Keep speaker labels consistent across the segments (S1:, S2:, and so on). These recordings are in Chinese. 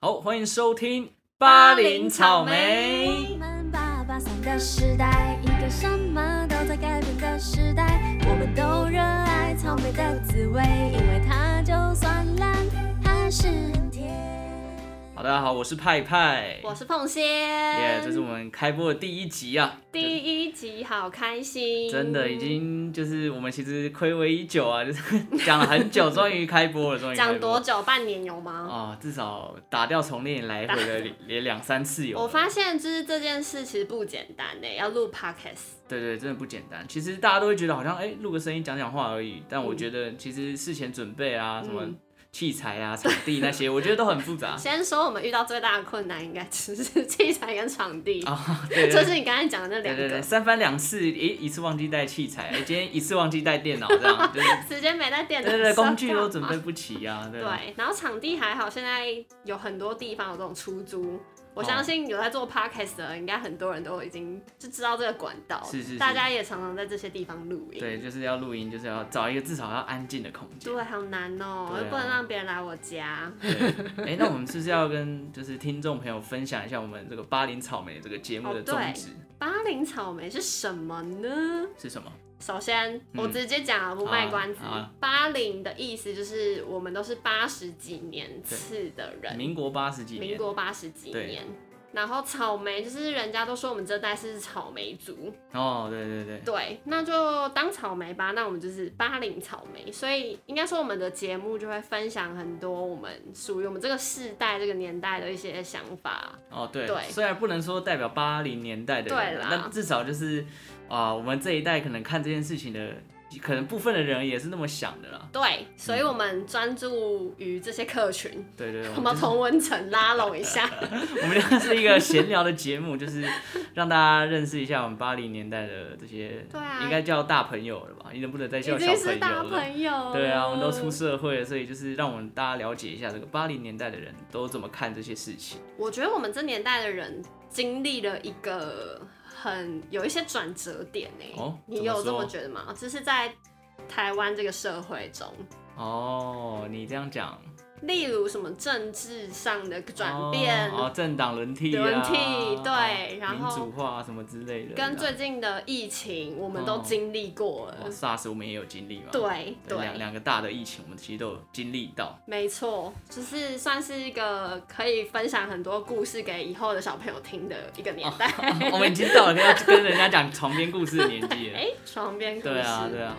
S1: 好，欢迎收听《
S2: 巴
S1: 巴
S2: 黎
S1: 黎草
S2: 草莓
S1: 莓》。
S3: 我们八八三的时代，一个什么都在改变的时代。我们都热爱草莓的滋味，因为它就算烂，还是很甜。
S1: 好，大家好，我是派派。
S2: 我是凤仙，
S1: 耶这是我们开播的第一集啊！
S2: 第一集，好开心，
S1: 就真的已经就是我们其实暌违已久啊，就是 讲了很久，终于开播了，终于开播
S2: 讲多久？半年有吗？
S1: 哦，至少打掉重练来回的也两三次有了。
S2: 我发现就是这件事其实不简单呢，要录 podcast，
S1: 对对，真的不简单。其实大家都会觉得好像哎，录个声音讲讲话而已，但我
S2: 嗯
S1: 觉得其实事前准备啊，什么
S2: 嗯
S1: 器材啊、场地那些，我觉得都很复 杂
S2: 先说我们遇到最大的困难应该只是器材跟场地，
S1: 啊。对对
S2: 就
S1: 对
S2: 是你刚才讲的那
S1: 对
S2: 两
S1: 对对，
S2: 个，
S1: 三番两次，诶，一次忘记带器 材，诶今天一次忘记带电脑，这样，就是
S2: 时间没在电 脑
S1: 对
S2: 上，
S1: 对对，工具都准备。不齐呀、对吧
S2: 对，然后场地还好，现在有很多地方有这种出租。我相信有在做 podcast 的人，应该很多人都已经就知道这个管道，
S1: 是是是
S2: 大家也常常在这些地方录音。
S1: 对，就是要录音，就是要找一个至少要安静的空间。
S2: 对，好难哦、
S1: 对啊
S2: 又不能让别人来我家。
S1: 对，哎，那我们是不是要跟就是听众朋友分享一下我们这个巴林草莓这个节目的
S2: 哦
S1: 宗
S2: 对
S1: 旨
S2: 巴林草莓是什么呢？
S1: 是什么？
S2: 首先，
S1: 嗯
S2: 我直接讲啊，不卖关子
S1: 好啊好啊。
S2: 八零、的意思就是我们都是八十几年次的人，
S1: 民国八十几
S2: 民
S1: 年，
S2: 国八十几
S1: 对
S2: 年。然后草莓就是人家都说我们这代是草莓族，
S1: 哦，对对对，
S2: 对，那就当草莓吧。那我们就是八零草莓，所以应该说我们的节目就会分享很多我们属于我们这个世代、这个年代的一些想法。
S1: 哦对，
S2: 对
S1: 虽然不能说代表八零年代的人
S2: 对
S1: 啊，
S2: 啦
S1: 但至少就是啊、我们这一代可能看这件事情的，可能部分的人也是那么想的啦。
S2: 对，所以我们专注于这些客群，
S1: 对对对，我
S2: 我
S1: 们
S2: 们
S1: 就是
S2: 同温层拉拢一 下。
S1: 我们这是一个闲聊的节目，就是让大家认识一下我们八零年代的这些，
S2: 对啊
S1: 应该叫大朋友了吧？已经不能再
S2: 已
S1: 叫
S2: 经
S1: 小
S2: 是大
S1: 朋友了。
S2: 朋友了，
S1: 对啊，我们都出社会了，所以就是让我们大家了解一下这个八零年代的人都怎么看这些事情。
S2: 我觉得我们这年代的人经历了一个很有一些转折点呢、
S1: 哦
S2: 你
S1: 怎么
S2: 有这么
S1: 说
S2: 觉得吗？就是在台湾这个社会中，
S1: 哦，你这样讲，
S2: 例如什么政治上的转变，
S1: 哦，哦政党轮替、啊，
S2: 轮替对然后
S1: 民主化什么之类的，
S2: 跟
S1: 这样
S2: 最近的疫情，我们都
S1: 啊哦
S2: 经历过了。
S1: 哇哦 SARS 我们也有经历嘛，
S2: 对
S1: 对，两
S2: 对，
S1: 两个大的疫情我们其实都有经历到。
S2: 没错，就是算是一个可以分享很多故事给以后的小朋友听的一个年代。
S1: 我们已经到了要跟人家讲床边故事的年纪了。
S2: 哎、床边故事，
S1: 对啊，对啊。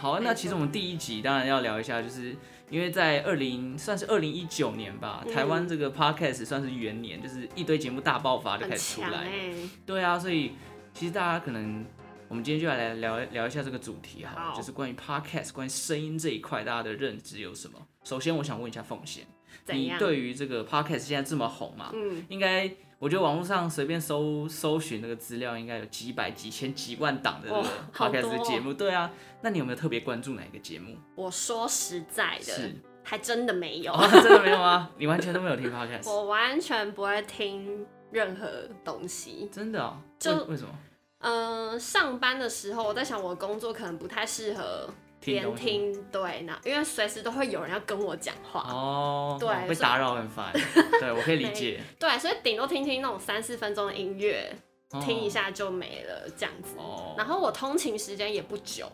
S1: 好啊，那
S2: 没
S1: 其实
S2: 错
S1: 我们第一集当然要聊一下，就是因为在二零算是二零一九年吧，
S2: 嗯
S1: 台湾这个 podcast 算是元年，就是一堆节目大爆发就
S2: 很
S1: 开始出
S2: 强
S1: 来。
S2: 哎、
S1: 对啊，所以其实大家可能，我们今天就来聊聊一下这个主题好了，
S2: 好
S1: 就是关于 podcast 关于声音这一块，大家的认知有什么？首先，我想问一下凤贤，
S2: 怎
S1: 你
S2: 样？
S1: 对于这个 podcast 现在这么红嘛，
S2: 嗯，
S1: 应该我觉得网络上随便搜搜寻那个资料，应该有几百、几千、几万档的这
S2: 哇
S1: 个
S2: 好多
S1: podcast 的
S2: 哦
S1: 节目。对啊，那你有没有特别关注哪一个节目？
S2: 我说实在的
S1: 是，
S2: 还真的没有，
S1: 哦，真的没有吗？你完全都没有听 podcast？
S2: 我完全不会听任何东西。
S1: 真的哦？
S2: 就
S1: 为为什么？
S2: 嗯、上班的时候我在想，我的工作可能不太适合边
S1: 东西吗
S2: 听对，那因为随时都会有人要跟我讲话，
S1: 哦，
S2: 对
S1: 哇被
S2: 所以
S1: 打扰很 烦。对，我可以理解。
S2: 对，所以顶多听听那种三四分钟的音乐，
S1: 哦
S2: 听一下就没了这样子。
S1: 哦
S2: 然后我通勤时间也不久，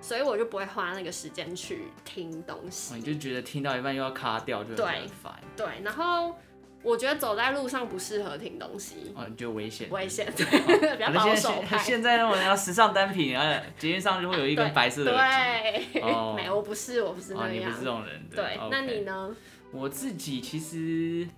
S2: 所以我就不会花那个时间去听东
S1: 哦你
S2: 西。
S1: 就觉得听到一半又要卡掉，就
S2: 对
S1: 很烦。
S2: 对，然后我觉得走在路上不适合听东西，
S1: 哦，你觉得危险？
S2: 危险， 对，比较
S1: 可
S2: 保
S1: 能
S2: 守
S1: 现在
S2: 派。
S1: 现在那种要时尚单品，然后捷运上就会有一根
S2: 对
S1: 白色的耳
S2: 对，
S1: 哦
S2: 没，我不是，我不
S1: 机。
S2: 是
S1: 哦，
S2: 那
S1: 你不
S2: 样
S1: 是这。种人。
S2: 对，那
S1: OK
S2: 你呢？
S1: 我自己其实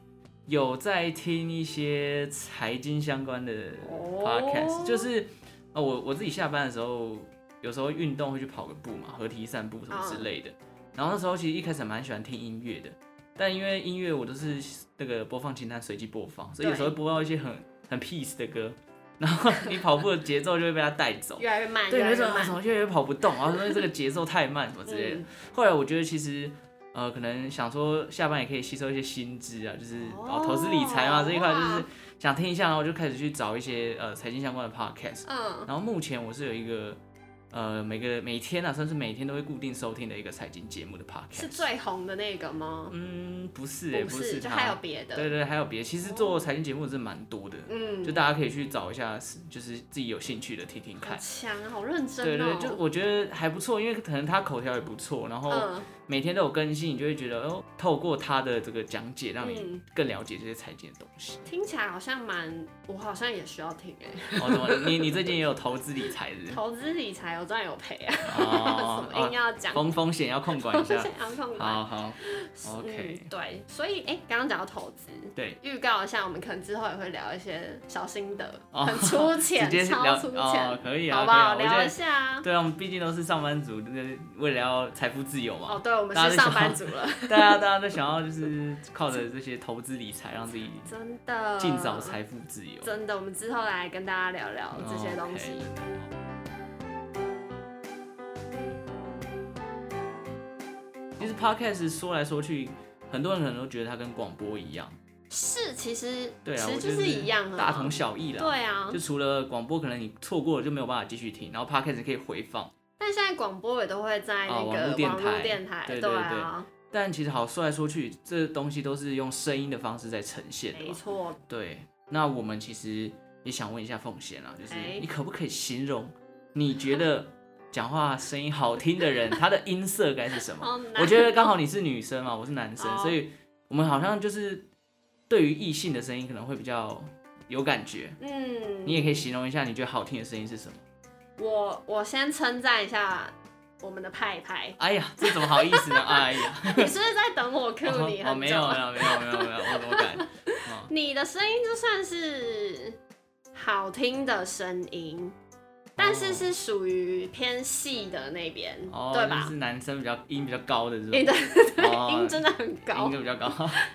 S1: 有在听一些财经相关的
S2: 哦
S1: podcast，、就是呃，我我自己下班的时候，有时候运动会去跑个步嘛，合体散步什么
S2: 嗯
S1: 之类的。然后那时候其实一开始蛮喜欢听音乐的，但因为音乐我都是那个播放清单随机播放，所以有时候会播到一些很很 peace 的歌，然后你跑步的节奏就会被它带走。
S2: 越来越慢，
S1: 对，
S2: 越来
S1: 有一
S2: 越
S1: 种啊
S2: 慢
S1: 什。么越来越跑不动，然后说这个节奏太慢什么之类的。后来我觉得其实。呃，可能想说下班也可以吸收一些新知啊，就是
S2: 嗯
S1: 哦投资理财嘛
S2: 哦
S1: 这一块，就
S2: 哇
S1: 是想听一下，然后我就开始去找一些呃财经相关的 podcast。
S2: 嗯，
S1: 然后目前我是有一个呃每个每天啊，算是每天都会固定收听的一个财经节目的 podcast。
S2: 是最红的那个吗？
S1: 嗯，不是哎、
S2: 不
S1: 不是
S2: 就
S1: 它
S2: 还有别的。哦
S1: 对对，还有别的。其实做财经节目是蛮多的，
S2: 嗯，
S1: 就大家可以去找一下，是就是自己有兴趣的听听
S2: 好
S1: 看。
S2: 强，好认真哦。
S1: 对对，就我觉得还不错，因为可能他口条也不错，然后
S2: 嗯，
S1: 每天都有更新，你就会觉得哦，透过他的这个讲解，让你
S2: 嗯
S1: 更了解这些财经的东西。
S2: 听起来好像蛮，我好像也需要听哎、
S1: 哦，怎么了你你最近也有投资理财是不 是？
S2: 投资理财有赚有赔啊，
S1: 哦
S2: 什么
S1: 哦，
S2: 硬要讲？
S1: 风风险要控管一下
S2: 现。在控
S1: 好
S2: 管。
S1: 好
S2: 嗯
S1: ，OK，，
S2: 对，所以哎，刚刚讲到投资，
S1: 对，
S2: 预告一下，我们可能之后也会聊一些小心得，
S1: 哦
S2: 很粗
S1: 直
S2: 浅，
S1: 接
S2: 啊超
S1: 聊
S2: 粗浅，
S1: 哦，可以啊，可以
S2: 好不
S1: 啊
S2: 好？
S1: 我觉
S2: 聊一
S1: 得
S2: 下啊。
S1: 对啊，我们毕竟都是上班族，就是为了要财富自由
S2: 哦，
S1: 嘛，
S2: 对，我们
S1: 大家
S2: 是
S1: 在
S2: 上班
S1: 想
S2: 族了，
S1: 大家大家都想要啊就是靠着这些投资理财，让自己
S2: 真的。
S1: 尽早财富自由。
S2: 真的，我们之后来跟大家聊聊这些东西。
S1: 哦，OK 其实 podcast 说来说去，很多人可能都觉得它跟广播一样，
S2: 是，其实
S1: 对啊，
S2: 其
S1: 我
S2: 实
S1: 觉
S2: 就
S1: 得
S2: 是一样的嘛，
S1: 大同小异啦。
S2: 对啊
S1: 就。除了广播，可能你错过了就没有办法继续听，然后 podcast 可以回放。
S2: 但现在广播也都会在那
S1: 哦网
S2: 个
S1: 络电
S2: 网络
S1: 台
S2: 电台，
S1: 对对
S2: 啊，
S1: 但其实好说来说去，这东西都是用声音的方式在呈现的
S2: 没
S1: 嘛。
S2: 错。
S1: 对，那我们其实也想问一下凤贤啊，就是
S2: 哎
S1: 你可不可以形容你觉得讲话声音好听的人，他的音色该是什么？
S2: 哦好难
S1: 我觉得刚好你是女生啊嘛，我是男生，
S2: 哦
S1: 所以我们好像就是对于异性的声音可能会比较有感觉。
S2: 嗯，
S1: 你也可以形容一下你觉得好听的声音是什么？，
S2: 我我先称赞一下我们的派派
S1: 哎呀，这怎么好意思呢？哎呀，
S2: 你是不是在 等我 cue
S1: 哦
S2: 你
S1: 哦，
S2: 很
S1: 没
S2: 久？
S1: 有没有没有没有没有，我怎么敢？
S2: 你的声音就算是好听的声音，但是
S1: 哦
S2: 是属于偏细的那边，
S1: 哦，
S2: 对
S1: 就
S2: 吧
S1: 是？男生比较音比较高的这种，
S2: 音的
S1: 哦
S2: 音真的很高
S1: 音，就比较高。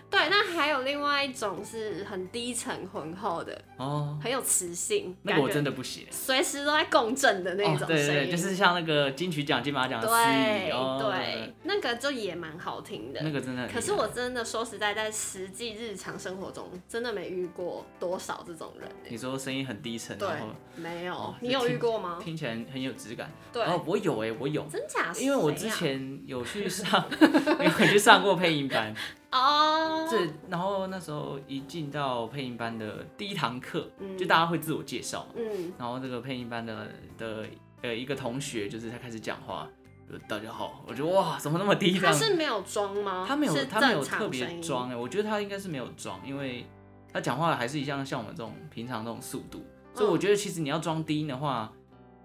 S2: 对。那还有另外一种是很低沉浑厚的，
S1: 哦，
S2: 很有磁性，
S1: 那个我
S2: 感觉
S1: 真的不行。
S2: 随时都在共振的那
S1: 哦，
S2: 种声音、
S1: 对对对，就是像那个金曲奖、金马奖的司仪
S2: 对、
S1: 哦，
S2: 对，那个就也蛮好听的。
S1: 那个真的很厉害。
S2: 可是我真的说实在，在实际日常生活中，真的没遇过多少这种人、欸。
S1: 你说声音很低沉，
S2: 对
S1: 然后，
S2: 没有，
S1: 哦
S2: 你有遇过吗？
S1: 听起来很有质感。
S2: 对，
S1: 哦，我有哎，我有，
S2: 真假？
S1: 因为我之
S2: 谁啊
S1: 前有去上， 有去上过配音 班，
S2: 哦，
S1: 这然后那时候一进到配音班的第一堂课，
S2: 嗯
S1: 就大家会自我介绍嘛，
S2: 嗯，
S1: 然后这个配音班的的呃一个同学，就是他开始讲话，就大家好，我觉得哇，怎么那么低这
S2: 他
S1: 样？
S2: 是没有装吗？
S1: 他没有
S2: 哦是
S1: 他没有
S2: 正常
S1: 特
S2: 声
S1: 别
S2: 音
S1: 装哎，我觉得他应该是没有装，因为他讲话还是一样像我们这种平常这种速度，所以
S2: 嗯
S1: 我觉得其实你要装低音的话，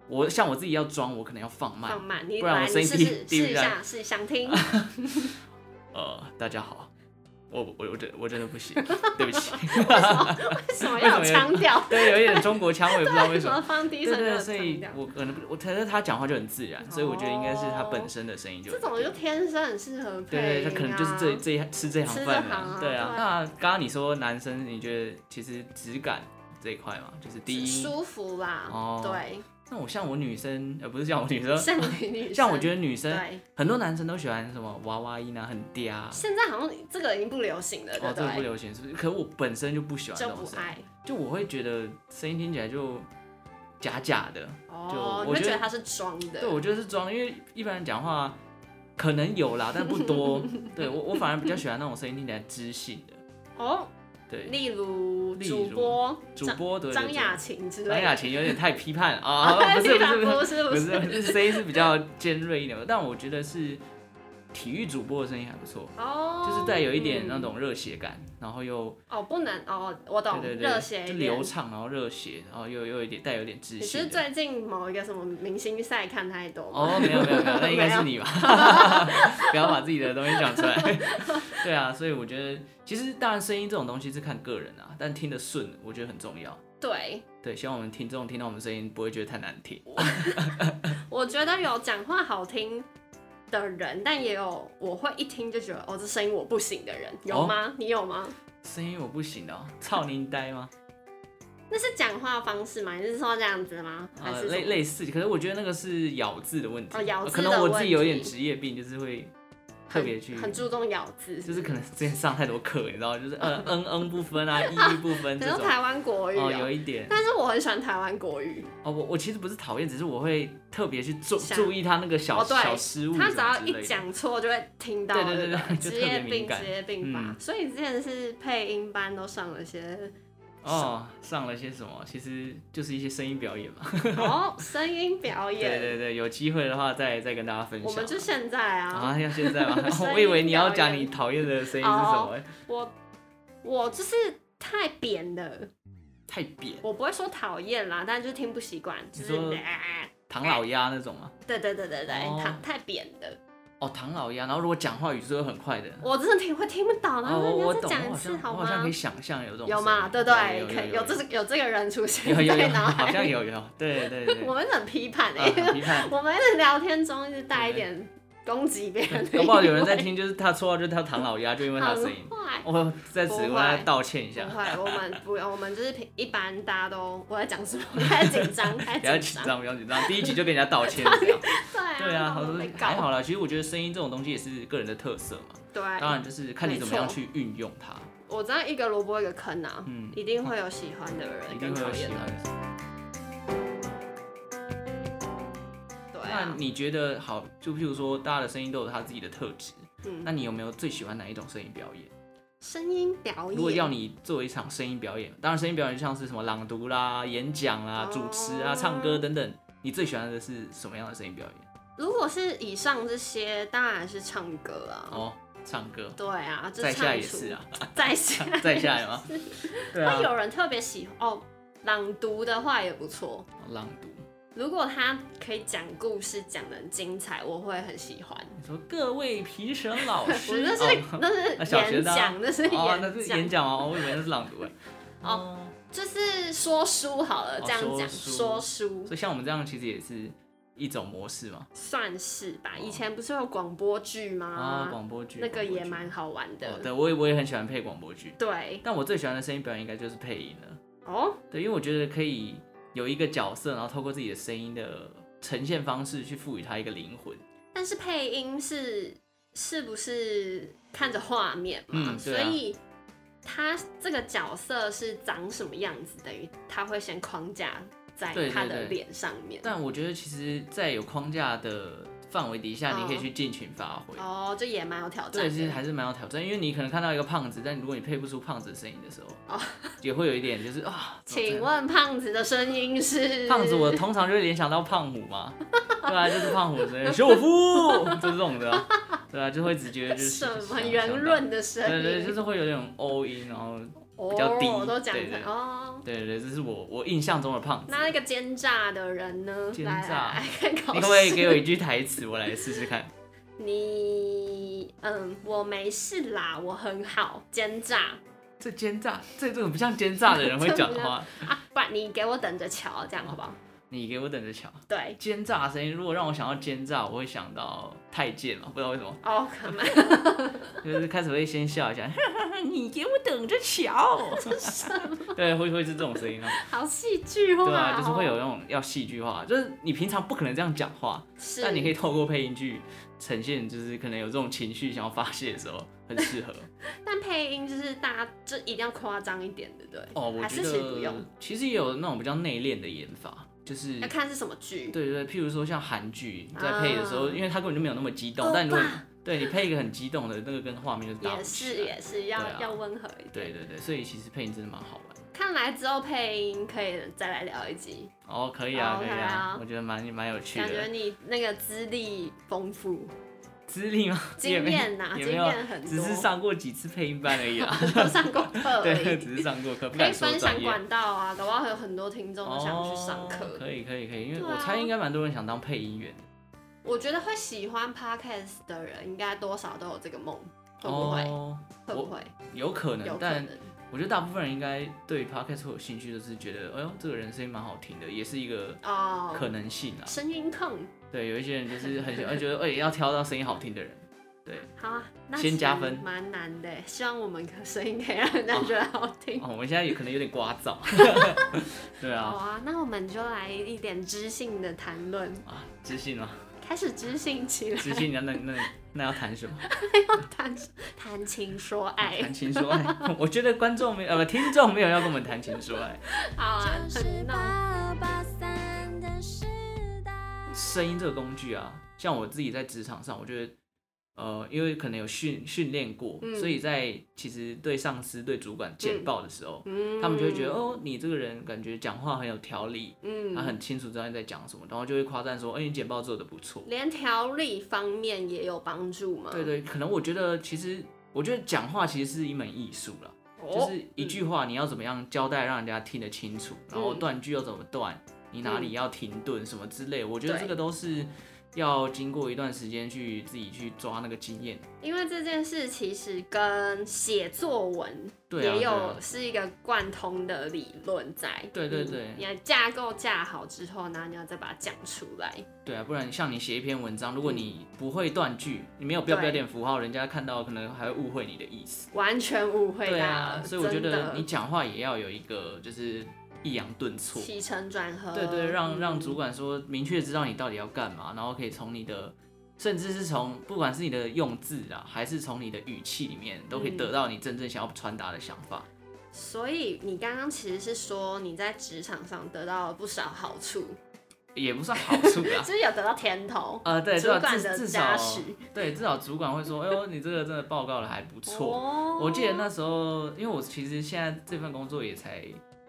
S1: 我像我自己要装，我可能要放慢
S2: 放。慢，你
S1: 不然
S2: 来
S1: 我
S2: 你
S1: 声音
S2: 试
S1: 低
S2: 试
S1: 低
S2: 试
S1: 于
S2: 一
S1: 人
S2: 下，是 想听。
S1: 呃，大家好，我我我真我真的不行， 对不起，
S2: 为什么要
S1: 为什么
S2: 有
S1: 有
S2: 腔调？
S1: 对，有一点中国腔，我也不知道 为
S2: 为
S1: 什
S2: 啊
S1: 么
S2: 什么。放低
S1: 对
S2: 声要
S1: 对，
S2: 有
S1: 所
S2: 腔
S1: 以
S2: 调？
S1: 我可能不我觉得他讲话就很自然，所以我觉得应该是他本身的声音就
S2: 哦这种就天生很适合配、
S1: 对对，
S2: 啊。
S1: 他可能就是这这一吃这行
S2: 吃这
S1: 饭的、
S2: 行啊
S1: 对啊
S2: 对。
S1: 那刚刚你说男生，你觉得其实质感这一块嘛，就是低音。
S2: 舒服啦。
S1: 哦
S2: 对，
S1: 那我像我女生，呃，不是像我女生，
S2: 像女女生，
S1: 像我觉得女生
S2: 对，
S1: 很多男生都喜欢什么娃娃音啊，很嗲啊，
S2: 现在好像这个已经不流行了，对
S1: 哦，这
S2: 对？
S1: 个不流行是不是？可我本身就不喜欢这
S2: 就
S1: 种
S2: 不
S1: 声音，
S2: 爱。
S1: 就我会觉得声音听起来就假假的。
S2: 哦，你
S1: 我
S2: 会
S1: 觉
S2: 觉
S1: 得
S2: 得他是装的。
S1: 对，我觉得是装，因为一般人讲话可能有啦，但不 多。对我我反而比较喜欢那种声音听起来知性的。
S2: 哦，
S1: 对，
S2: 例如
S1: 例如
S2: 主播
S1: 主
S2: 张
S1: 播对对
S2: 张
S1: 对
S2: 雅琴之类的。
S1: 张雅琴有点太批判了啊， 啊不是不是不
S2: 不
S1: 是
S2: 是
S1: 不
S2: 不是
S1: 是不是，声音是比较尖锐一点的，但我觉得是体育主播的声音还不错，
S2: 哦，
S1: 就是带有一点那
S2: 嗯
S1: 种热血感，然后又
S2: 哦，不能哦，我懂，
S1: 对对
S2: 热血
S1: 对，就
S2: 一点
S1: 流。畅，然后热血，然后又又有一点带有一点知
S2: 你是
S1: 性的。
S2: 最近某一个什么明星赛看太多吗？
S1: 哦，没有没有没 有，那应该是你吧， 不要把自己的东西讲 出来。对啊，所以我觉得其实当然声音这种东西是看个人啊，但听得顺我觉得很重要。
S2: 对，
S1: 对，希望我们听众听到我们声音不会觉得太难听。
S2: 我觉得有讲话好听的人，但也有我会一听就觉得哦，这声音我不行的人，有
S1: 哦
S2: 吗？你有吗？
S1: 声音我不行的、哦，操您呆吗？
S2: 那是讲话方式吗？你是说这样子吗？还
S1: 呃，
S2: 是什
S1: 类
S2: 么？
S1: 类似，可是我觉得那个是咬字的问题，
S2: 哦咬字
S1: 可
S2: 的
S1: 能我
S2: 问
S1: 自己有
S2: 题
S1: 点职业病，就是会特别去，
S2: 很注重咬字，
S1: 就是可能之前上太多课，你知道，就是 嗯嗯嗯不分啊，一一不分
S2: 很
S1: 这
S2: 多
S1: 种。
S2: 台湾国语、
S1: 哦，
S2: 哦
S1: 有一点
S2: 但是我很喜欢台湾国语，
S1: 哦，我我其实不是讨厌，只是我会特别去注
S2: 想
S1: 注意他那个小
S2: 哦对
S1: 小失误什
S2: 他
S1: 么
S2: 只
S1: 之类的，
S2: 要一讲错就会听到，
S1: 对对对
S2: 不
S1: 对就
S2: 职
S1: 特别
S2: 业病，
S1: 敏感
S2: 职业病吧。
S1: 嗯
S2: 所以之前是配音班都上 了些
S1: 哦，上了些什么，其实就是一些声音表演嘛。
S2: 哦声音表演，
S1: 对对对，有机会的话再再跟大家分享。
S2: 我们就现在啊，？
S1: 啊，要现在吗
S2: 声音
S1: 我以为你要
S2: 表
S1: 讲
S2: 演哦
S1: 你讨厌的声音是什么、
S2: 我我就是太扁了，
S1: 太扁，
S2: 我不会说讨厌啦，但就是听不习惯，就
S1: 你
S2: 是啊
S1: 说唐老鸭那种啊吗？
S2: 对对对对对，
S1: 哦
S2: 太太扁了，
S1: 哦，唐老鸭，然后如果讲话语速又很快的。
S2: 我真的听会听不懂，然
S1: 哦，
S2: 后
S1: 我
S2: 你要
S1: 我
S2: 再
S1: 懂，我
S2: 讲一
S1: 好
S2: 次
S1: 像我好像
S2: 吗
S1: 可以？想象有这种
S2: 有嘛？
S1: 声
S2: 对
S1: 音
S2: 对，
S1: 有
S2: 可以有这
S1: 有
S2: 有这个人出现
S1: 有有
S2: 在
S1: 有，
S2: 脑
S1: 好
S2: 海
S1: 像
S2: 里，
S1: 有有，对对对，
S2: 我们很批判
S1: 啊
S2: 哎，，
S1: 很批判
S2: 我们在聊天中一直带一点攻击别人的，
S1: 搞不好有人在，听，就是他绰号就是他唐老鸭，就因为他的声音。
S2: 很坏。
S1: 我在此为他道歉一
S2: 不
S1: 下，
S2: 会，我们不，我们就是平一般大家都我在讲什么？太紧张，太
S1: 不要
S2: 紧
S1: 紧
S2: 张。
S1: 张，不要紧张，第一集就跟人家道歉 这样。对
S2: 对
S1: 啊，
S2: 啊，
S1: 好
S2: 好
S1: 多
S2: 被
S1: 还
S2: 搞。
S1: 好啦。其实我觉得声音这种东西也是个人的特色嘛，
S2: 对，
S1: 当然就是看你怎么样
S2: 哎没错
S1: 去运用它，
S2: 我知道一个萝卜一个坑啊，
S1: 嗯
S2: 一定会有喜欢的
S1: 一
S2: 人
S1: 定
S2: 跟
S1: 会
S2: 讨
S1: 有喜
S2: 厌的
S1: 欢
S2: 人。
S1: 的。
S2: 对
S1: 那
S2: 啊，
S1: 你觉得好，就譬如说大家的声音都有他自己的特质，
S2: 嗯，
S1: 那你有没有最喜欢哪一种声音表演？
S2: 声音表演。
S1: 如果要你做一场声音表演，当然声音表演像是什么朗读啦、演讲啦、
S2: 哦
S1: 主持啊、唱歌等等，你最喜欢的是什么样的声音表演？
S2: 如果是以上这些，当然是唱歌啊。
S1: 哦，唱歌，
S2: 对啊，就
S1: 在下
S2: 唱哎
S1: 也
S2: 出
S1: 是啊，
S2: 在下
S1: 在啊下有 吗？对
S2: 会
S1: 啊，
S2: 有人特别喜欢哦，朗读的话也不错。
S1: 朗读。
S2: 如果他可以讲故事讲的很精彩，我会很喜欢。
S1: 你说各位评审老
S2: 我
S1: 师，
S2: 那是、
S1: 哦
S2: 那
S1: 那
S2: 是
S1: 小学
S2: 演
S1: 的啊
S2: 讲，那是
S1: 哦，那是演
S2: 讲，
S1: 讲吗？哦我以为那是朗读哎。
S2: 哦，就是说书好了，
S1: 哦
S2: 这样讲、说
S1: 说书
S2: 书
S1: 所以像我们这样其实也是一种模式嘛。
S2: 算是吧。以前不是有广播剧
S1: 啊，
S2: 吗？
S1: 哦广播剧哦
S2: 那个也蛮
S1: 好
S2: 好玩的。
S1: 对，我也我也很喜欢配广播剧，
S2: 对
S1: 但我最喜欢的声音表演应该就是配音了。
S2: 哦，
S1: 对，因为我觉得可以有一个角色，然后透过自己的声音的呈现方式去赋予它一个灵魂。
S2: 但是配音是是不是看着画面嘛？
S1: 嗯
S2: 所
S1: 对啊
S2: 以他这个角色是长什么样子，等于他会先框架在
S1: 对对
S2: 他的
S1: 对
S2: 脸上面。
S1: 但我觉得其实，在有框架的范围底下，你可以去尽情发挥。
S2: 哦，这也蛮有挑战
S1: 对，
S2: 的。
S1: 其实还是蛮有挑战，因为你可能看到一个胖子，但如果你配不出胖子的声音的时候，
S2: 哦
S1: 也会有一点就是 啊，怎么这
S2: 请
S1: 样
S2: 问胖子的声音是？
S1: 胖 子，我通常就会联想到胖虎嘛，对啊，就是胖虎的 声音，修我夫，就这种的啊，对啊，就会直觉就是
S2: 什么
S1: 想
S2: 圆润的声
S1: 想到
S2: 音？
S1: 对对，就是会有点 all in，然后
S2: 哦，
S1: 比较低
S2: 我都讲
S1: 对
S2: 成
S1: 对
S2: 哦。
S1: 对对对，这是我我印象中的胖子。
S2: 那那个奸诈的人呢？
S1: 奸
S2: 来
S1: 诈
S2: 来来看考
S1: 你可不可以
S2: 试
S1: 给我一句台词，我来试试看？
S2: 你嗯，我没事啦，我很好。奸诈
S1: 这奸诈，这这种不像奸诈的人会讲的话，
S2: 啊，不然你给我等着瞧，这样好不好？
S1: 你给我等着瞧。
S2: 对，
S1: 奸诈的声音，如果让我想到奸诈，我会想到太监嘛，不知道为什么，
S2: 哦，可能
S1: 就是开始会先笑一下， 你给我等着瞧。 对，会会是这种声音啊。
S2: 好戏剧化、哦。
S1: 对啊，就是会有那种要戏剧化，就是你平常不可能这样讲话，
S2: 是，
S1: 但你可以透过配音去呈现，就是可能有这种情绪想要发泄的时候，很适合。
S2: 但配音就是大家就一定要夸张一点，对不对？
S1: 哦，我
S2: 还
S1: 觉
S2: 是其实不
S1: 得
S2: 用，
S1: 其实也有那种比较内敛的演法，就是
S2: 要看是什么剧。
S1: 对对，对譬如说像韩剧在配的时候，
S2: 啊
S1: 因为它根本就没有那么激动
S2: 欧，巴
S1: 但如果对你配一个很激动的那个，跟画面就搭不
S2: 也
S1: 起来。
S2: 是也是要、
S1: 对啊
S2: 要温和一点。
S1: 对对对，所以其实配音真的蛮好玩的。
S2: 看来之后配音可以再来聊一集，
S1: 哦，可以啊，
S2: 哦
S1: 可以
S2: 可以啊
S1: 啊，我觉得蛮蛮有趣
S2: 感觉
S1: 的。
S2: 你那个资历丰富，
S1: 资历吗？也
S2: 经
S1: 没
S2: 验呐、
S1: 也
S2: 经
S1: 没有啊
S2: 验很多，
S1: 只是上过几次配音班而已 啦。
S2: 都上过课而
S1: 对，
S2: 已。
S1: 只是上过课，不
S2: 可以
S1: 敢说
S2: 分
S1: 专
S2: 享
S1: 业。
S2: 管道啊，搞不好有很多听众
S1: 哦，
S2: 都想去上课。
S1: 可以可以可以，因为
S2: 对
S1: 我
S2: 啊
S1: 猜应该蛮多人想当配音员的，
S2: 我觉得会喜欢 podcast 的人，应该多少都有这个梦，会不会？
S1: 哦，
S2: 会不会？
S1: 有可
S2: 有
S1: 能，
S2: 可
S1: 但
S2: 能。
S1: 我觉得大部分人应该对 podcast 会有兴趣，就是觉得，哎呦，这个人声音蛮好听的，也是一个
S2: 哦，
S1: 可能性啊。
S2: 声音控，
S1: 对，有一些人就是很喜欢，觉得，哎，要挑到声音好听的人，对。
S2: 好啊，那
S1: 先
S2: 其
S1: 加
S2: 实
S1: 分
S2: 蛮难的。希望我们可声音可以让人家觉得好听。
S1: 哦，我们现在也可能有点聒噪， 对
S2: 好
S1: 啊，
S2: 啊，那我们就来一点知性的谈论。
S1: 啊，自信啊，
S2: 开始知性起来，
S1: 直接你要那那那要谈什么？
S2: 谈谈情说爱
S1: 谈，情说爱？ 我觉得观众没有呃不听众没有要跟我们谈情说爱，
S2: 好啊，
S3: 就是
S2: 很闹。
S3: 八八三的时代。
S1: 声音这个工具啊，像我自己在职场上，我觉得，呃，因为可能有训训练过，
S2: 嗯
S1: 所以在其实对上司、对主管简报的时候，他们就会觉得，哦，你这个人感觉讲话很有条理，
S2: 嗯，
S1: 他很清楚知道你在讲什么，然后就会夸赞说，哎、你简报做的不错。
S2: 连条理方面也有帮助吗？
S1: 对，对，可能我觉得其实，我觉得讲话其实是一门艺术啦，就
S2: 哦，
S1: 是一句话你要怎么样交代，让人家听得清楚，然后
S2: 嗯
S1: 断句又怎么断，你哪里要停顿什么之类，我觉得
S2: 对
S1: 这个都是要经过一段时间去自己去抓那个经验。
S2: 因为这件事其实跟写作文
S1: 对啊，
S2: 也
S1: 对
S2: 有
S1: 啊
S2: 是一个贯通的理论在。
S1: 对对
S2: 嗯
S1: 对
S2: 你要架构架好之后，然后你要再把它讲出来。
S1: 对啊，不然像你写一篇文章，
S2: 嗯
S1: 如果你不会断句，你没有标标点符号，人家看到可能还会误会你的意思。
S2: 完全误会
S1: 对
S2: 他
S1: 啊
S2: 了，，
S1: 所以我觉
S2: 真
S1: 得
S2: 的
S1: 你讲话也要有一个就是抑扬顿挫，
S2: 起承转合，
S1: 对对，让让
S2: 嗯
S1: 主管说明确知道你到底要干嘛，然后可以从你的，甚至是从不管是你的用字啊，还是从你的语气里面，都可以
S2: 嗯
S1: 得到你真正想要传达的想法。
S2: 所以你刚刚其实是说你在职场上得到了不少好处，，
S1: 也不算好处啦
S2: 就是有得到甜头。
S1: 呃，对，至
S2: 主
S1: 少
S2: 管
S1: 至
S2: 的
S1: 至
S2: 加
S1: 少
S2: 持
S1: 对，至少主管会 说，哎呦，你这个真的报告的还不错。
S2: 哦
S1: 我记得那时候，因为我其实现在这份工作也才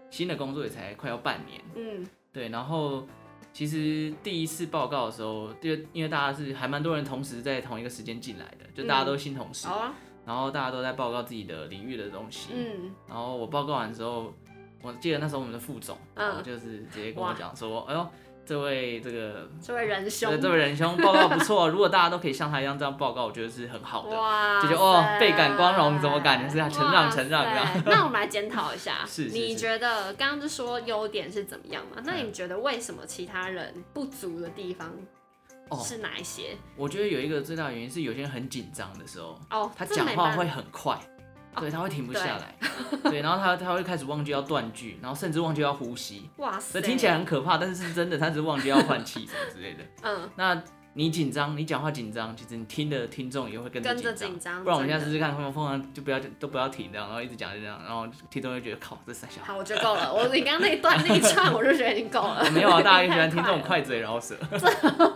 S1: 新的工作也才快要半年，
S2: 嗯
S1: 对，然后其实第一次报告的时候，就因为大家是还蛮多人同时在同一个时间进来的，就大家都新同事，
S2: 好啊，
S1: 然后大家都在报告自己的领域的东西。
S2: 嗯，
S1: 然后我报告完之后，我记得那时候我们的副总，
S2: 嗯
S1: 然后就是直接跟我
S2: 哇
S1: 讲说：“哎呦，这位这个
S2: 这位仁兄
S1: 这，这位仁兄报告不错，哦如果大家都可以像他一样这样报告，我觉得是很好的。”
S2: 哇
S1: 就
S2: 塞，
S1: 觉得哦倍感光荣怎么感觉是啊成长
S2: 哇塞
S1: 成长这 样
S2: 那我们来检讨一下，
S1: 是是
S2: 你
S1: 是
S2: 觉得刚刚就说优点是怎么样嘛？那
S1: 嗯
S2: 你觉得为什么其他人不足的地方
S1: 哦
S2: 是哪一些？
S1: 我觉得有一个最大的原因是，有些人很紧张的时候，
S2: 哦，
S1: 他
S2: 这
S1: 讲
S2: 没
S1: 话
S2: 办哦
S1: 会很快，对，他会停不
S2: 对
S1: 下来，对，然后他他会开始忘记要断句，然后甚至忘记要呼吸。
S2: 哇
S1: 这
S2: 塞，
S1: 听起来很可怕，但是是真的，他只是忘记要换气什么之类的。
S2: 嗯，
S1: 那你紧张，你讲话紧张，其实你听的听众也会跟着
S2: 跟着
S1: 紧
S2: 紧张
S1: 不然我们
S2: 真
S1: 下
S2: 的
S1: 次试试看，会不会就不要都不要停这样，然后一直讲就这样，然后听众就觉得靠这三小孩。。
S2: 好，我觉得够了。我你刚刚那一段那一串，我就觉得已经够了
S1: 没有啊，大家也
S2: 也
S1: 喜欢听这种，快嘴饶舌，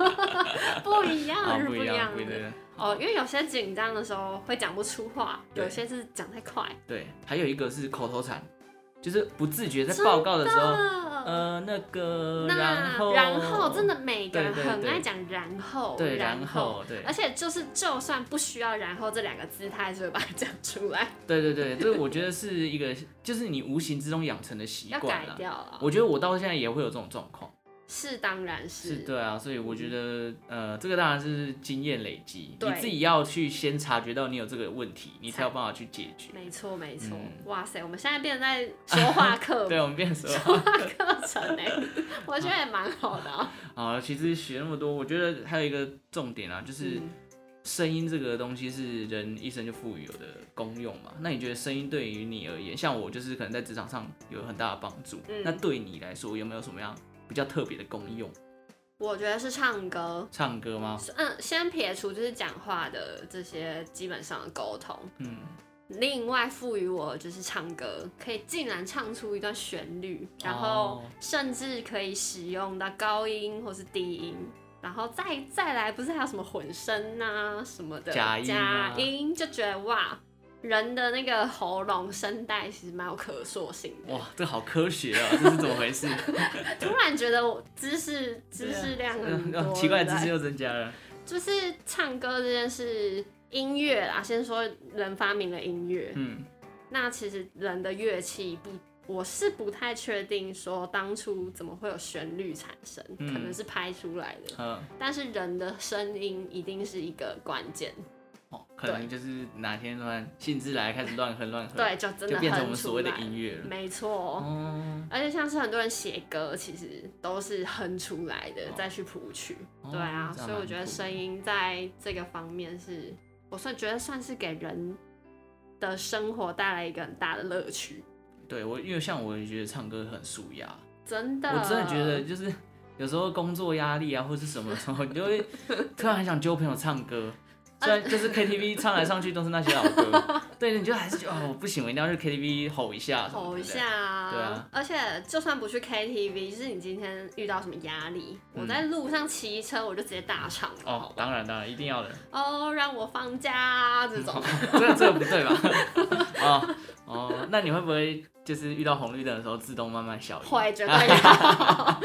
S2: 不一
S1: 啊
S2: 样，是
S1: 不一
S2: 样
S1: 不一
S2: 的。
S1: 样。
S2: 哦，因为有些紧张的时候会讲不出话，
S1: 对
S2: 有些是讲太快。
S1: 对，还有一个是口头禅，就是不自觉在报告的时候，
S2: 呃，
S1: 呃，那个，
S2: 那
S1: 后，
S2: 然后真的每个人
S1: 对对
S2: 很
S1: 对
S2: 爱讲然后，
S1: 对，
S2: 然
S1: 然后对
S2: 而，且就是就算不需要然后这两个字，他还是会把它讲出来，
S1: 对对对，这我觉得是一个，就是你无形之中养成的习
S2: 要
S1: 惯
S2: 改
S1: 了。
S2: 掉啊了。
S1: 我觉得我到现在也会有这种状况，
S2: 是，当然是嗯
S1: 是。对啊，所以我觉得，呃，这个当然是经验累积，
S2: 对
S1: 你自己要去先察觉到你有这个问题，你才
S2: 才
S1: 有办法去解决。
S2: 没错，没错。
S1: 嗯
S2: 哇塞，我们现在变成在说话课
S1: 对，我们变成说，
S2: 说话课程哎， 我觉得也蛮好的啊。
S1: 啊，其实学那么多，我觉得还有一个重点啊，就是
S2: 嗯
S1: 声音这个东西是人一生就赋予有的功用嘛。那你觉得声音对于你而言，像我就是可能在职场上有很大的帮助，
S2: 嗯
S1: 那对你来说有没有什么样比较特别的功用？
S2: 我觉得是唱歌。
S1: 唱歌吗？
S2: 嗯，先撇除就是讲话的这些基本上的沟通，
S1: 嗯，
S2: 另外赋予我就是唱歌，可以竟然唱出一段旋律，然后
S1: 哦
S2: 甚至可以使用到高音或是低音，然后再再来不是还有什么混声呐、什么的
S1: 假音啊
S2: 音就觉得哇，人的那个喉咙声带其实蛮有可塑性 的。
S1: 嗯哇，这好科学啊，这是怎么回 事？
S2: 突然觉得我知识知识量很多，
S1: 嗯 奇怪的知识
S2: 对
S1: 又增加了。
S2: 就是唱歌这件事，音乐啊，先说人发明了音乐，
S1: 嗯，
S2: 那其实人的乐器不，我是不太确定说当初怎么会有旋律产生，
S1: 嗯
S2: 可能是拍出来的，
S1: 呃，
S2: 但是人的声音一定是一个关键，
S1: 哦，可能就是哪天突然兴致来，开始乱哼乱哼，
S2: 对，就真的
S1: 就变成我们
S2: 哼
S1: 所
S2: 出
S1: 谓
S2: 来
S1: 的，音乐了。
S2: 没错。
S1: 哦，
S2: 而且像是很多人写歌，其实都是哼出来的，再去谱曲。
S1: 哦
S2: 对啊，
S1: 这样
S2: 所以我
S1: 蛮
S2: 觉得
S1: 酷的
S2: 声音在这个方面是，我算觉得算是给人的生活带来一个很大的乐趣。
S1: 对我，因为像我也觉得唱歌很舒压，
S2: 真的，
S1: 我真的觉得就是有时候工作压力啊，或是什么时候，你就会突然很想揪朋友唱歌。虽然就是 KTV 唱来唱去都是那些老歌，对，你就还是觉得哦不行，我一定要去 KTV 吼一下什么
S2: 吼
S1: 之
S2: 一
S1: 类的
S2: 下啊！
S1: 对啊
S2: 而且就算不去 KTV，就是你今天遇到什么压力，
S1: 嗯
S2: 我在路上骑车，我就直接大唱了，好
S1: 哦，
S2: 吧？
S1: 当然当然，一定要的。
S2: 哦，让我放假啊这 种，
S1: 这个这个不对吧？哦哦，那你会不会就是遇到红绿灯的时候自动慢慢小一？
S2: 会绝对要。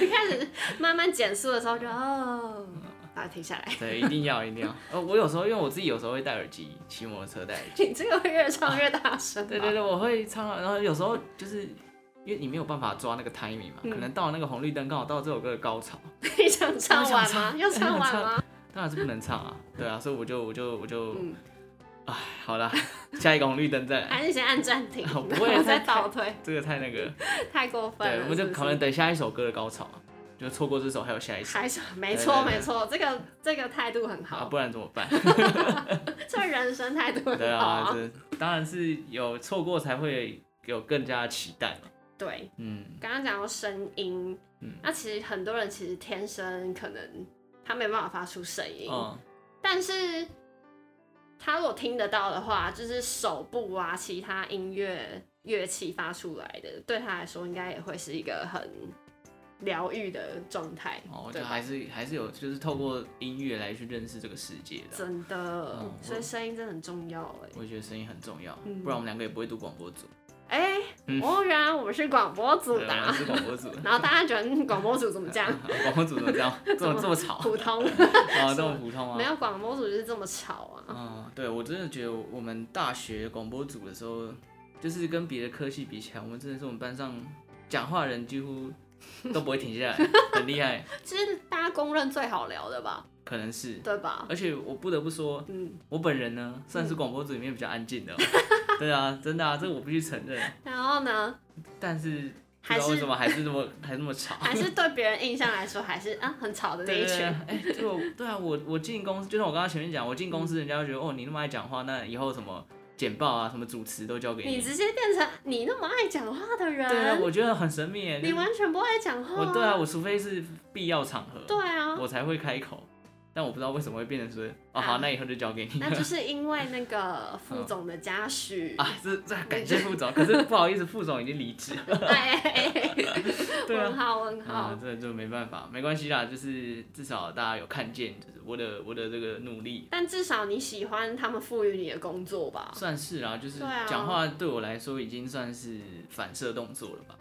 S2: 一开始慢慢减速的时候就哦，
S1: 嗯
S2: 把它停下来。
S1: 对，一定要一定要。呃，我有时候因为我自己有时候会戴耳机，骑摩托车戴耳机。
S2: 你这个会越唱越大声吧。啊
S1: 对对对，我会唱到，然后有时候就是因为你没有办法抓那个 timing 嘛，
S2: 嗯
S1: 可能到了那个红绿灯刚好到这首歌的高潮，
S2: 你想唱完吗？要
S1: 我想唱
S2: 唱完吗？
S1: 当然是不能唱啊。对啊，所以我就我就我就，
S2: 嗯，
S1: 哎、好啦，下一个红绿灯再来。
S2: 还是先按暂停，
S1: 我不
S2: 然
S1: 会
S2: 后再
S1: 太
S2: 倒退，
S1: 这个太那个了，
S2: 太过分
S1: 对，
S2: 了。
S1: 我们就是
S2: 不是
S1: 可能等下一首歌的高潮啊，就错过这首还有下一首
S2: 还是没
S1: 对
S2: 错
S1: 对对
S2: 没错，这个这个态度很
S1: 啊，
S2: 好，
S1: 不然怎么办？
S2: 这人生态度
S1: 对
S2: 很好
S1: 啊，
S2: 啊。
S1: 这当然是有错过才会有更加的期待嘛。
S2: 对，
S1: 嗯，
S2: 刚刚讲到声音
S1: 嗯，
S2: 那其实很多人其实天生可能他没办法发出声音，
S1: 嗯，
S2: 但是他如果听得到的话，就是手部啊，其他音乐乐器发出来的，对他来说应该也会是一个很疗愈的状态。
S1: 哦，就
S2: 对吧
S1: 还是还是有，就是透过音乐来去认识这个世界的。啊
S2: 真的，
S1: 嗯
S2: 所以声音真的很重要哎。
S1: 我也觉得声音很重要，
S2: 嗯
S1: 不然我们两个也不会读广播组。
S2: 哎、
S1: 嗯
S2: 哦，原来我们是广播组
S1: 对，
S2: 的
S1: 我
S2: 啊、
S1: 们是广播组的。
S2: 然后大家觉得嗯广播组怎么 这样
S1: 广播组怎么这 样？这么这么吵
S2: 普通？
S1: 啊？这么普通
S2: 没
S1: 吗？
S2: 有广播组就是这么吵啊。
S1: 嗯，对，我真的觉得我们大学广播组的时候，就是跟别的科系比起来，我们真的是我们班上讲话人几乎都不会停下来，很厉害，
S2: 其实大家公认最好聊的吧，
S1: 可能是。
S2: 对吧？
S1: 而且我不得不说，
S2: 嗯，
S1: 我本人呢算是广播组里面比较安静 的哦、对啊，真的啊，这个我必须承认。
S2: 然后呢，
S1: 但是不
S2: 还
S1: 知道为
S2: 是
S1: 什么还是那么还那么吵。
S2: 还是对别人印象来说，还是啊很吵的那
S1: 对
S2: 一
S1: 对对
S2: 群。
S1: 哎、 对我对啊，我我进公司，就像我刚刚前面讲，我进公司，人家会觉得哦，你那么爱讲话，那以后什么简报啊，什么主持都交给
S2: 你
S1: 你。
S2: 直接变成你那么爱讲话的人，
S1: 对啊，我觉得很神秘耶。就
S2: 你
S1: 是
S2: 完全不爱讲话、
S1: 我对啊，，我除非是必要场合，
S2: 对啊，
S1: 我才会开口。但我不知道为什么会变成说，哦
S2: 啊
S1: 好，那以后就交给你
S2: 那就是因为那个副总的 家属。
S1: 啊。这这感谢副总，可是不好意思，副总已经离职了。
S2: 哎哎哎哎
S1: 嗯 对啊
S2: 问号问号
S1: 啊，，这就没办法，没关系啦，就是至少大家有看见，就是我的我的这个努力，
S2: 但至少你喜欢他们赋予你的工作吧？
S1: 算是啦、就是
S2: 对啊
S1: 讲话对我来说已经算是反射动作了吧？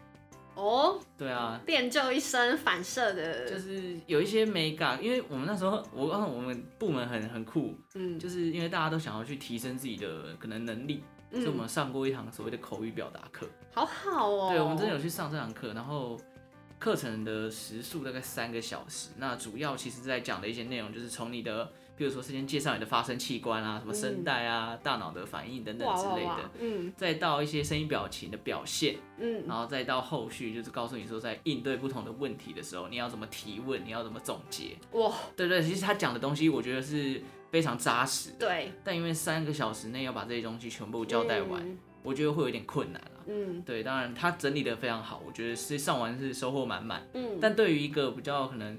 S2: 哦，
S1: 对啊，
S2: 练就一身反射的，
S1: 就是有一些美感，因为我们那时候我告诉我们部门很很酷，
S2: 嗯，
S1: 就是因为大家都想要去提升自己的可能能力，所以我
S2: 嗯，
S1: 们上过一堂所谓的口语表达课，
S2: 好好哦。
S1: 对，我们真的有去上这堂课，然后。课程的时数大概三个小时，那主要其实在讲的一些内容，就是从你的，比如说是先介绍你的发声器官啊，什么声带啊、大脑的反应等等
S2: 哇
S1: 之
S2: 哇
S1: 类
S2: 嗯哇
S1: 的，，
S2: 嗯
S1: 再到一些声音表情的表现，
S2: 嗯
S1: 然后再到后续就是告诉你说，在应对不同的问题的时候，你要怎么提问，你要怎么总结。
S2: 哇，
S1: 对对，其实他讲的东西我觉得是非常扎实的，
S2: 对，
S1: 但因为三个小时内要把这些东西全部交代完，
S2: 嗯
S1: 我觉得会有点困难啊。
S2: 嗯
S1: 对，当然他整理的非常好，我觉得是上完是收获满满。
S2: 嗯，
S1: 但对于一个比较可能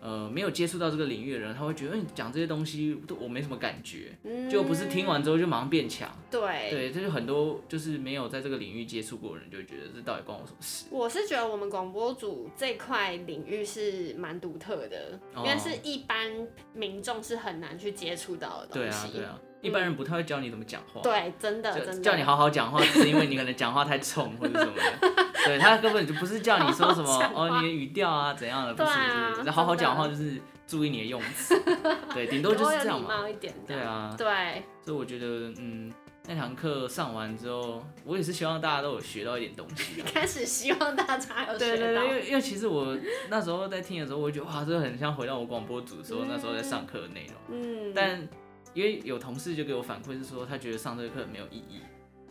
S1: 呃没有接触到这个领域的人，他会觉得，嗯，讲这些东西都我没什么感觉，就不是听完之后就马上变强。
S2: 嗯对。
S1: 对，这就很多就是没有在这个领域接触过的人，就会觉得这到底关我什么事？
S2: 我是觉得我们广播组这块领域是蛮独特的，
S1: 哦
S2: 因为是一般民众是很难去接触到的东
S1: 对啊，
S2: 西。嗯
S1: 对啊，一般人不太会教你怎么讲话。
S2: 对真的
S1: 就
S2: 真的
S1: 叫你好好讲话，只是因为你可能讲话太冲或者什么 的。对他根本就不是叫你说什么
S2: 好好讲话
S1: 哦，你的语调啊怎样的，不
S2: 对
S1: 是，
S2: 啊
S1: 就是好好讲话
S2: 真
S1: 就是注意你的用词， 对，顶多就是这
S2: 有
S1: 样
S2: 礼
S1: 嘛。
S2: 貌一点这
S1: 对
S2: 样。
S1: 啊，
S2: 对，
S1: 所以我觉得嗯，那堂课上完之后，我也是希望大家都有学到一点东西啊。
S2: 开始希望大家有
S1: 对
S2: 学
S1: 对
S2: 到
S1: 对，因为因为其实我那时候在听的时候，我就觉得哇，这很像回到我广播组的时候那时候在上课的内容。
S2: 嗯，
S1: 但因为有同事就给我反馈是说，他觉得上这个课没有意义，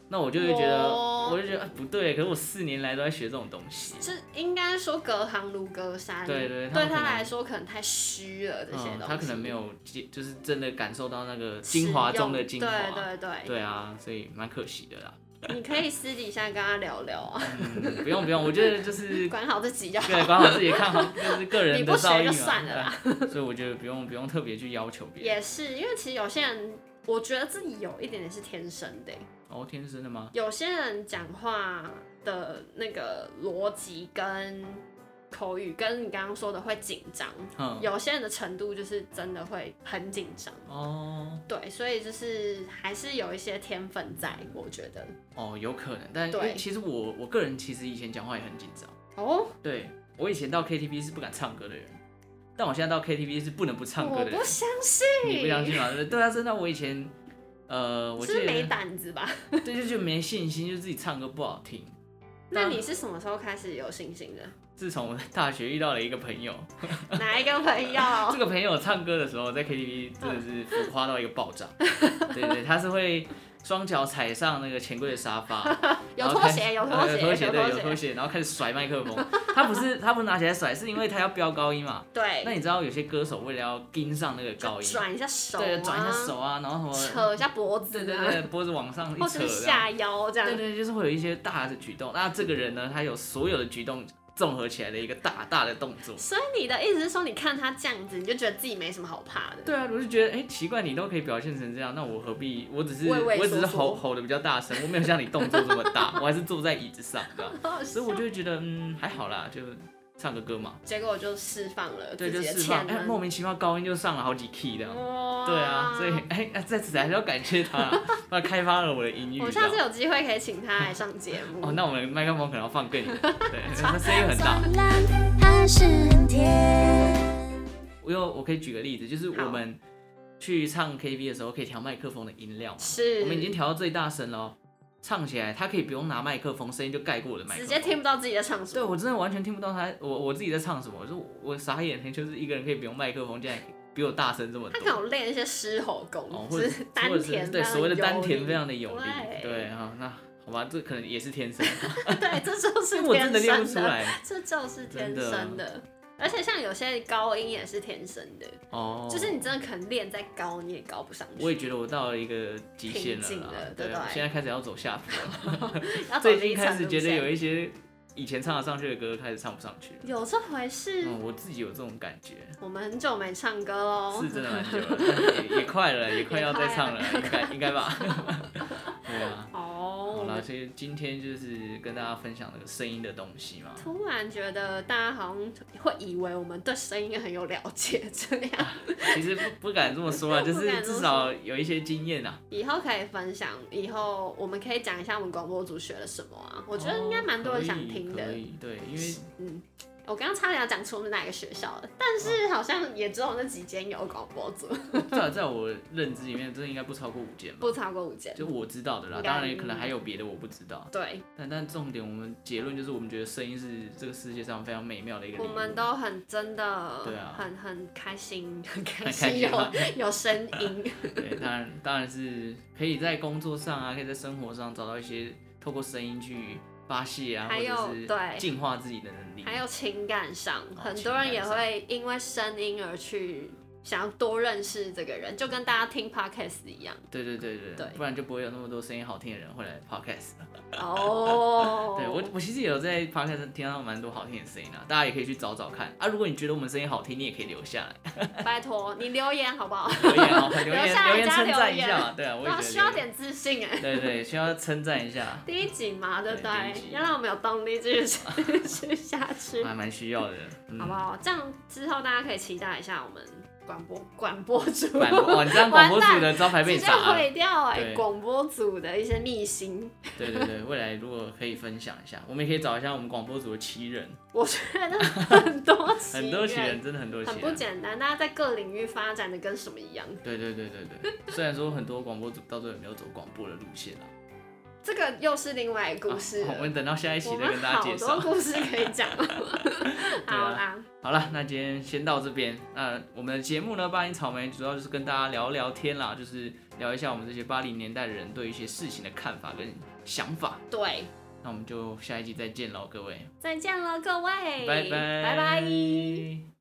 S1: 那我就会觉得，
S2: 哦
S1: 我就觉得、啊、不对，可是我四年来都在学这种东西，
S2: 这应该说隔行如隔山，
S1: 对对他
S2: 对
S1: 们可能
S2: 他来说可能太虚了这些东
S1: 嗯
S2: 西，，
S1: 他可能没有接，就是真的感受到那个
S2: 使用
S1: 精华中的精华，啊
S2: 对对对，
S1: 对啊，所以蛮可惜的啦。
S2: 你可以私底下跟他聊 聊啊，
S1: 嗯，不用不用，我觉得就是
S2: 管好自己就好。
S1: 对，管好自己，看好就是个人
S2: 你
S1: 的
S2: 不学
S1: 造诣
S2: 就
S1: 嘛，
S2: 算了啦
S1: 对所以我觉得不用不用特别去要求别人。
S2: 也是，因为其实有些人，我觉得自己有一点点是天生的欸、
S1: 哦，天生的吗？
S2: 有些人讲话的那个逻辑跟口语，跟你刚刚说的会紧张，
S1: 嗯，
S2: 有些人的程度就是真的会很紧张。
S1: 哦
S2: 对，所以就是还是有一些天分在，我觉得。
S1: 哦，有可能，但因
S2: 对
S1: 为其实我我个人其实以前讲话也很紧张，
S2: 哦，
S1: 对我以前到 KTV 是不敢唱歌的人，但我现在到 KTV 是不能不唱歌
S2: 我
S1: 的人
S2: 不。相信，
S1: 你不相信吗？对对啊，真的，我以前呃，我
S2: 是
S1: 记
S2: 不
S1: 得
S2: 是没胆子吧？
S1: 对，就就没信心，就自己唱歌不好听。
S2: 那
S1: 但
S2: 你是什么时候开始有信心的？
S1: 自从我在大学遇到了一个朋友，
S2: 哦哪一个朋
S1: 这
S2: 友？
S1: 个朋友唱歌的时候在 KTV 真的是浮夸到一个爆 炸。对对，他是会双脚踩上那个钱柜的沙 发，
S2: 有
S1: 然后
S2: 拖
S1: 开始
S2: 鞋，有拖
S1: 呃
S2: 鞋，
S1: 有拖鞋，对，有
S2: 有拖
S1: 拖
S2: 鞋。
S1: 鞋，然后开始甩麦克风。他不是他不是拿起来甩，是因为他要飙高音嘛。那
S2: 对，
S1: 你知道有些歌手为了要跟上那个高
S2: 就
S1: 音，
S2: 转一下手、啊，
S1: 对，转一下手啊，然后什么，
S2: 扯一下脖子、啊，
S1: 对对对，脖子往上一
S2: 或
S1: 扯，
S2: 者是
S1: 这样
S2: 下腰这样。
S1: 对对，就是会有一些大的举动。那这个人呢，他有所有的举动综合起来的一个大大的动作。
S2: 所以你的意思是说，你看他这样子，你就觉得自己没什么好怕的？
S1: 对啊，我就觉得，哎、奇怪，你都可以表现成这样，那我何必？我只是
S2: 畏畏缩缩
S1: 我只是吼吼的比较大声，我没有像你动作这么大，我还是坐在椅子上这样，
S2: 好好笑，
S1: 所以我就会觉得，嗯，还好啦，就唱个歌嘛，
S2: 结果我就释放了
S1: 对，
S2: 自
S1: 就
S2: 己的
S1: 释放，
S2: 潜
S1: 哎、
S2: 能。
S1: 莫名其妙高音就上了好几 key 这样。
S2: 哇
S1: 对啊，所以哎、哎在此还是要感谢他， 他开发了我的音域。
S2: 我
S1: 这样
S2: 下次有机会可以请他来上节目。
S1: 哦，那我们麦克风可能要放更远，对， 他声音很大。
S3: 酸辣还是很甜。
S1: 我有我可以举个例子，就是
S2: 好
S1: 我们去唱 KTV 的时候，可以调麦克风的音量嘛。
S2: 是
S1: 我们已经调到最大声了哦，唱起来它可以不用拿麦克风，声音就盖过我的麦克风。
S2: 直接听。不到自己在唱什
S1: 对，
S2: 么。
S1: 我真的完全听不到他，我我自己在唱什么，就是我我傻眼，就是一个人可以不用麦克风，竟然比我大声这么
S2: 他可能
S1: 多。
S2: 有练一些狮吼
S1: 哦
S2: 功，，
S1: 或
S2: 就
S1: 者
S2: 是
S1: 或
S2: 丹
S1: 者是
S2: 田，
S1: 对所谓的丹田非常
S2: 的
S1: 的有力，
S2: 对
S1: 对啊、那好吧，这可能也是天 生，
S2: 有力 对，这就是
S1: 我真
S2: 天
S1: 的练
S2: 生
S1: 不出来。
S2: 这就是天
S1: 真的
S2: 生的。而且像有些高音也是天生的，
S1: 哦，
S2: 就是你真的可能练再高，你也高不上去。
S1: 我也觉得我到了一个极限
S2: 瓶颈
S1: 了啦
S2: 了，
S1: 对
S2: 对
S1: 啊，
S2: 不对
S1: 我现在开始要走下坡了。
S2: 要走
S1: 最
S2: 第
S1: 近
S2: 一
S1: 开
S2: 层
S1: 始
S2: 路
S1: 觉得
S2: 线
S1: 有一些以前唱得上去的歌开始唱不上去了。
S2: 有这回事，
S1: 嗯，我自己有这种感觉，
S2: 我们很久没唱歌喽
S1: 是。真的蛮久了，但也也快了， 也快要再唱了，应该应该吧？ 对啊。
S2: 哦，我
S1: 好啦，
S2: 们
S1: 所以今天就是跟大家分享那个声音的东西嘛。
S2: 突然觉得大家好像会以为我们对声音很有了解，这样
S1: 其实不不敢这么说啊，就
S2: 不
S1: 是
S2: 敢这么
S1: 至少有一些经验啊。
S2: 以后可以分享，以后我们可以讲一下我们广播组学了什么啊？我觉得应该蛮多人想听的
S1: 哦可。以可以对，因为
S2: 嗯，我刚刚差点要讲出我们哪个学校了，但是
S1: 嗯
S2: 好像也只有那几间有广播 组，
S1: 在在我认知里面，真的应该不超过五件吧
S2: 不。超过五间。
S1: 就我知道的啦，
S2: 应该嗯
S1: 当然也可能还有别的我不知道。
S2: 对，
S1: 但但重点，我们结论就是，我们觉得声音是这个世界上非常美妙的一个礼物。
S2: 我们都很真的，
S1: 对啊
S2: 很很开心， 很
S1: 很
S2: 开
S1: 开
S2: 心
S1: 心啊
S2: 有
S1: 吗
S2: 有声 音。
S1: 对，当然当然是可以在工作上啊，可以在生活上找到一些透过声音去发泄啊，
S2: 还有
S1: 或者是
S2: 对
S1: 净化自己的能力。
S2: 还有情感上，
S1: 哦
S2: 很多人
S1: 情
S2: 也
S1: 感上
S2: 会因为声音而去想要多认识这个人，就跟大家听 podcast 一样。
S1: 对对对对，
S2: 对
S1: 不然就不会有那么多声音好听的人会来 podcast 了。
S2: 哦，
S1: 对我我其实也有在 podcast 上听到蛮多好听的声音啊，大家也可以去找找看啊。如果你觉得我们声音好听，你也可以留下来
S2: 拜托你留言好不好？
S1: 留言 哦，留
S2: 留
S1: 言
S2: 下来
S1: 留言
S2: 加
S1: 称赞
S2: 留
S1: 一
S2: 言
S1: 下嘛。对啊， 我也觉
S2: 哇，
S1: 得
S2: 需要
S1: 留言
S2: 点自信哎。
S1: 对对，需要称赞一下。
S2: 第一集嘛，对不
S1: 对
S2: 对
S1: 第一集？
S2: 要让我们有动力继续 继续下去，
S1: 还蛮需要的，嗯
S2: 好不好？这样之后大家可以期待一下我们广播 广播主
S1: 广 播，哦哇，你这样广播组的招牌被
S2: 直
S1: 你
S2: 接
S1: 砸了。
S2: 毁掉哎，
S1: 对
S2: 广播组的一些秘辛，
S1: 对对对，未来如果可以分享一下，我们也可以找一下我们广播组的奇人，
S2: 我觉得很多
S1: 很多奇啊人，真的很多奇
S2: 很不
S1: 人。
S2: 简单，大家在各领域发展的跟什么一样？
S1: 对对对对对，虽然说很多广播组到最后也没有走广播的路线啦，
S2: 这个又是另外一个
S1: 啊
S2: 故事了、
S1: 我们等到下一期
S2: 我
S1: 再
S2: 们
S1: 跟大家啊
S2: 好
S1: 介
S2: 多
S1: 绍。啊
S2: 故事可以 讲。 好啦，
S1: 好了，那今天先到这边。那我们的节目呢，巴黎草莓主要就是跟大家聊聊天啦，就是聊一下我们这些八零年代的人对一些事情的看法跟想法。
S2: 对，
S1: 那我们就下一集再见喽，各位，
S2: 再见了各位，
S1: 拜拜，
S2: 拜拜。
S1: 拜。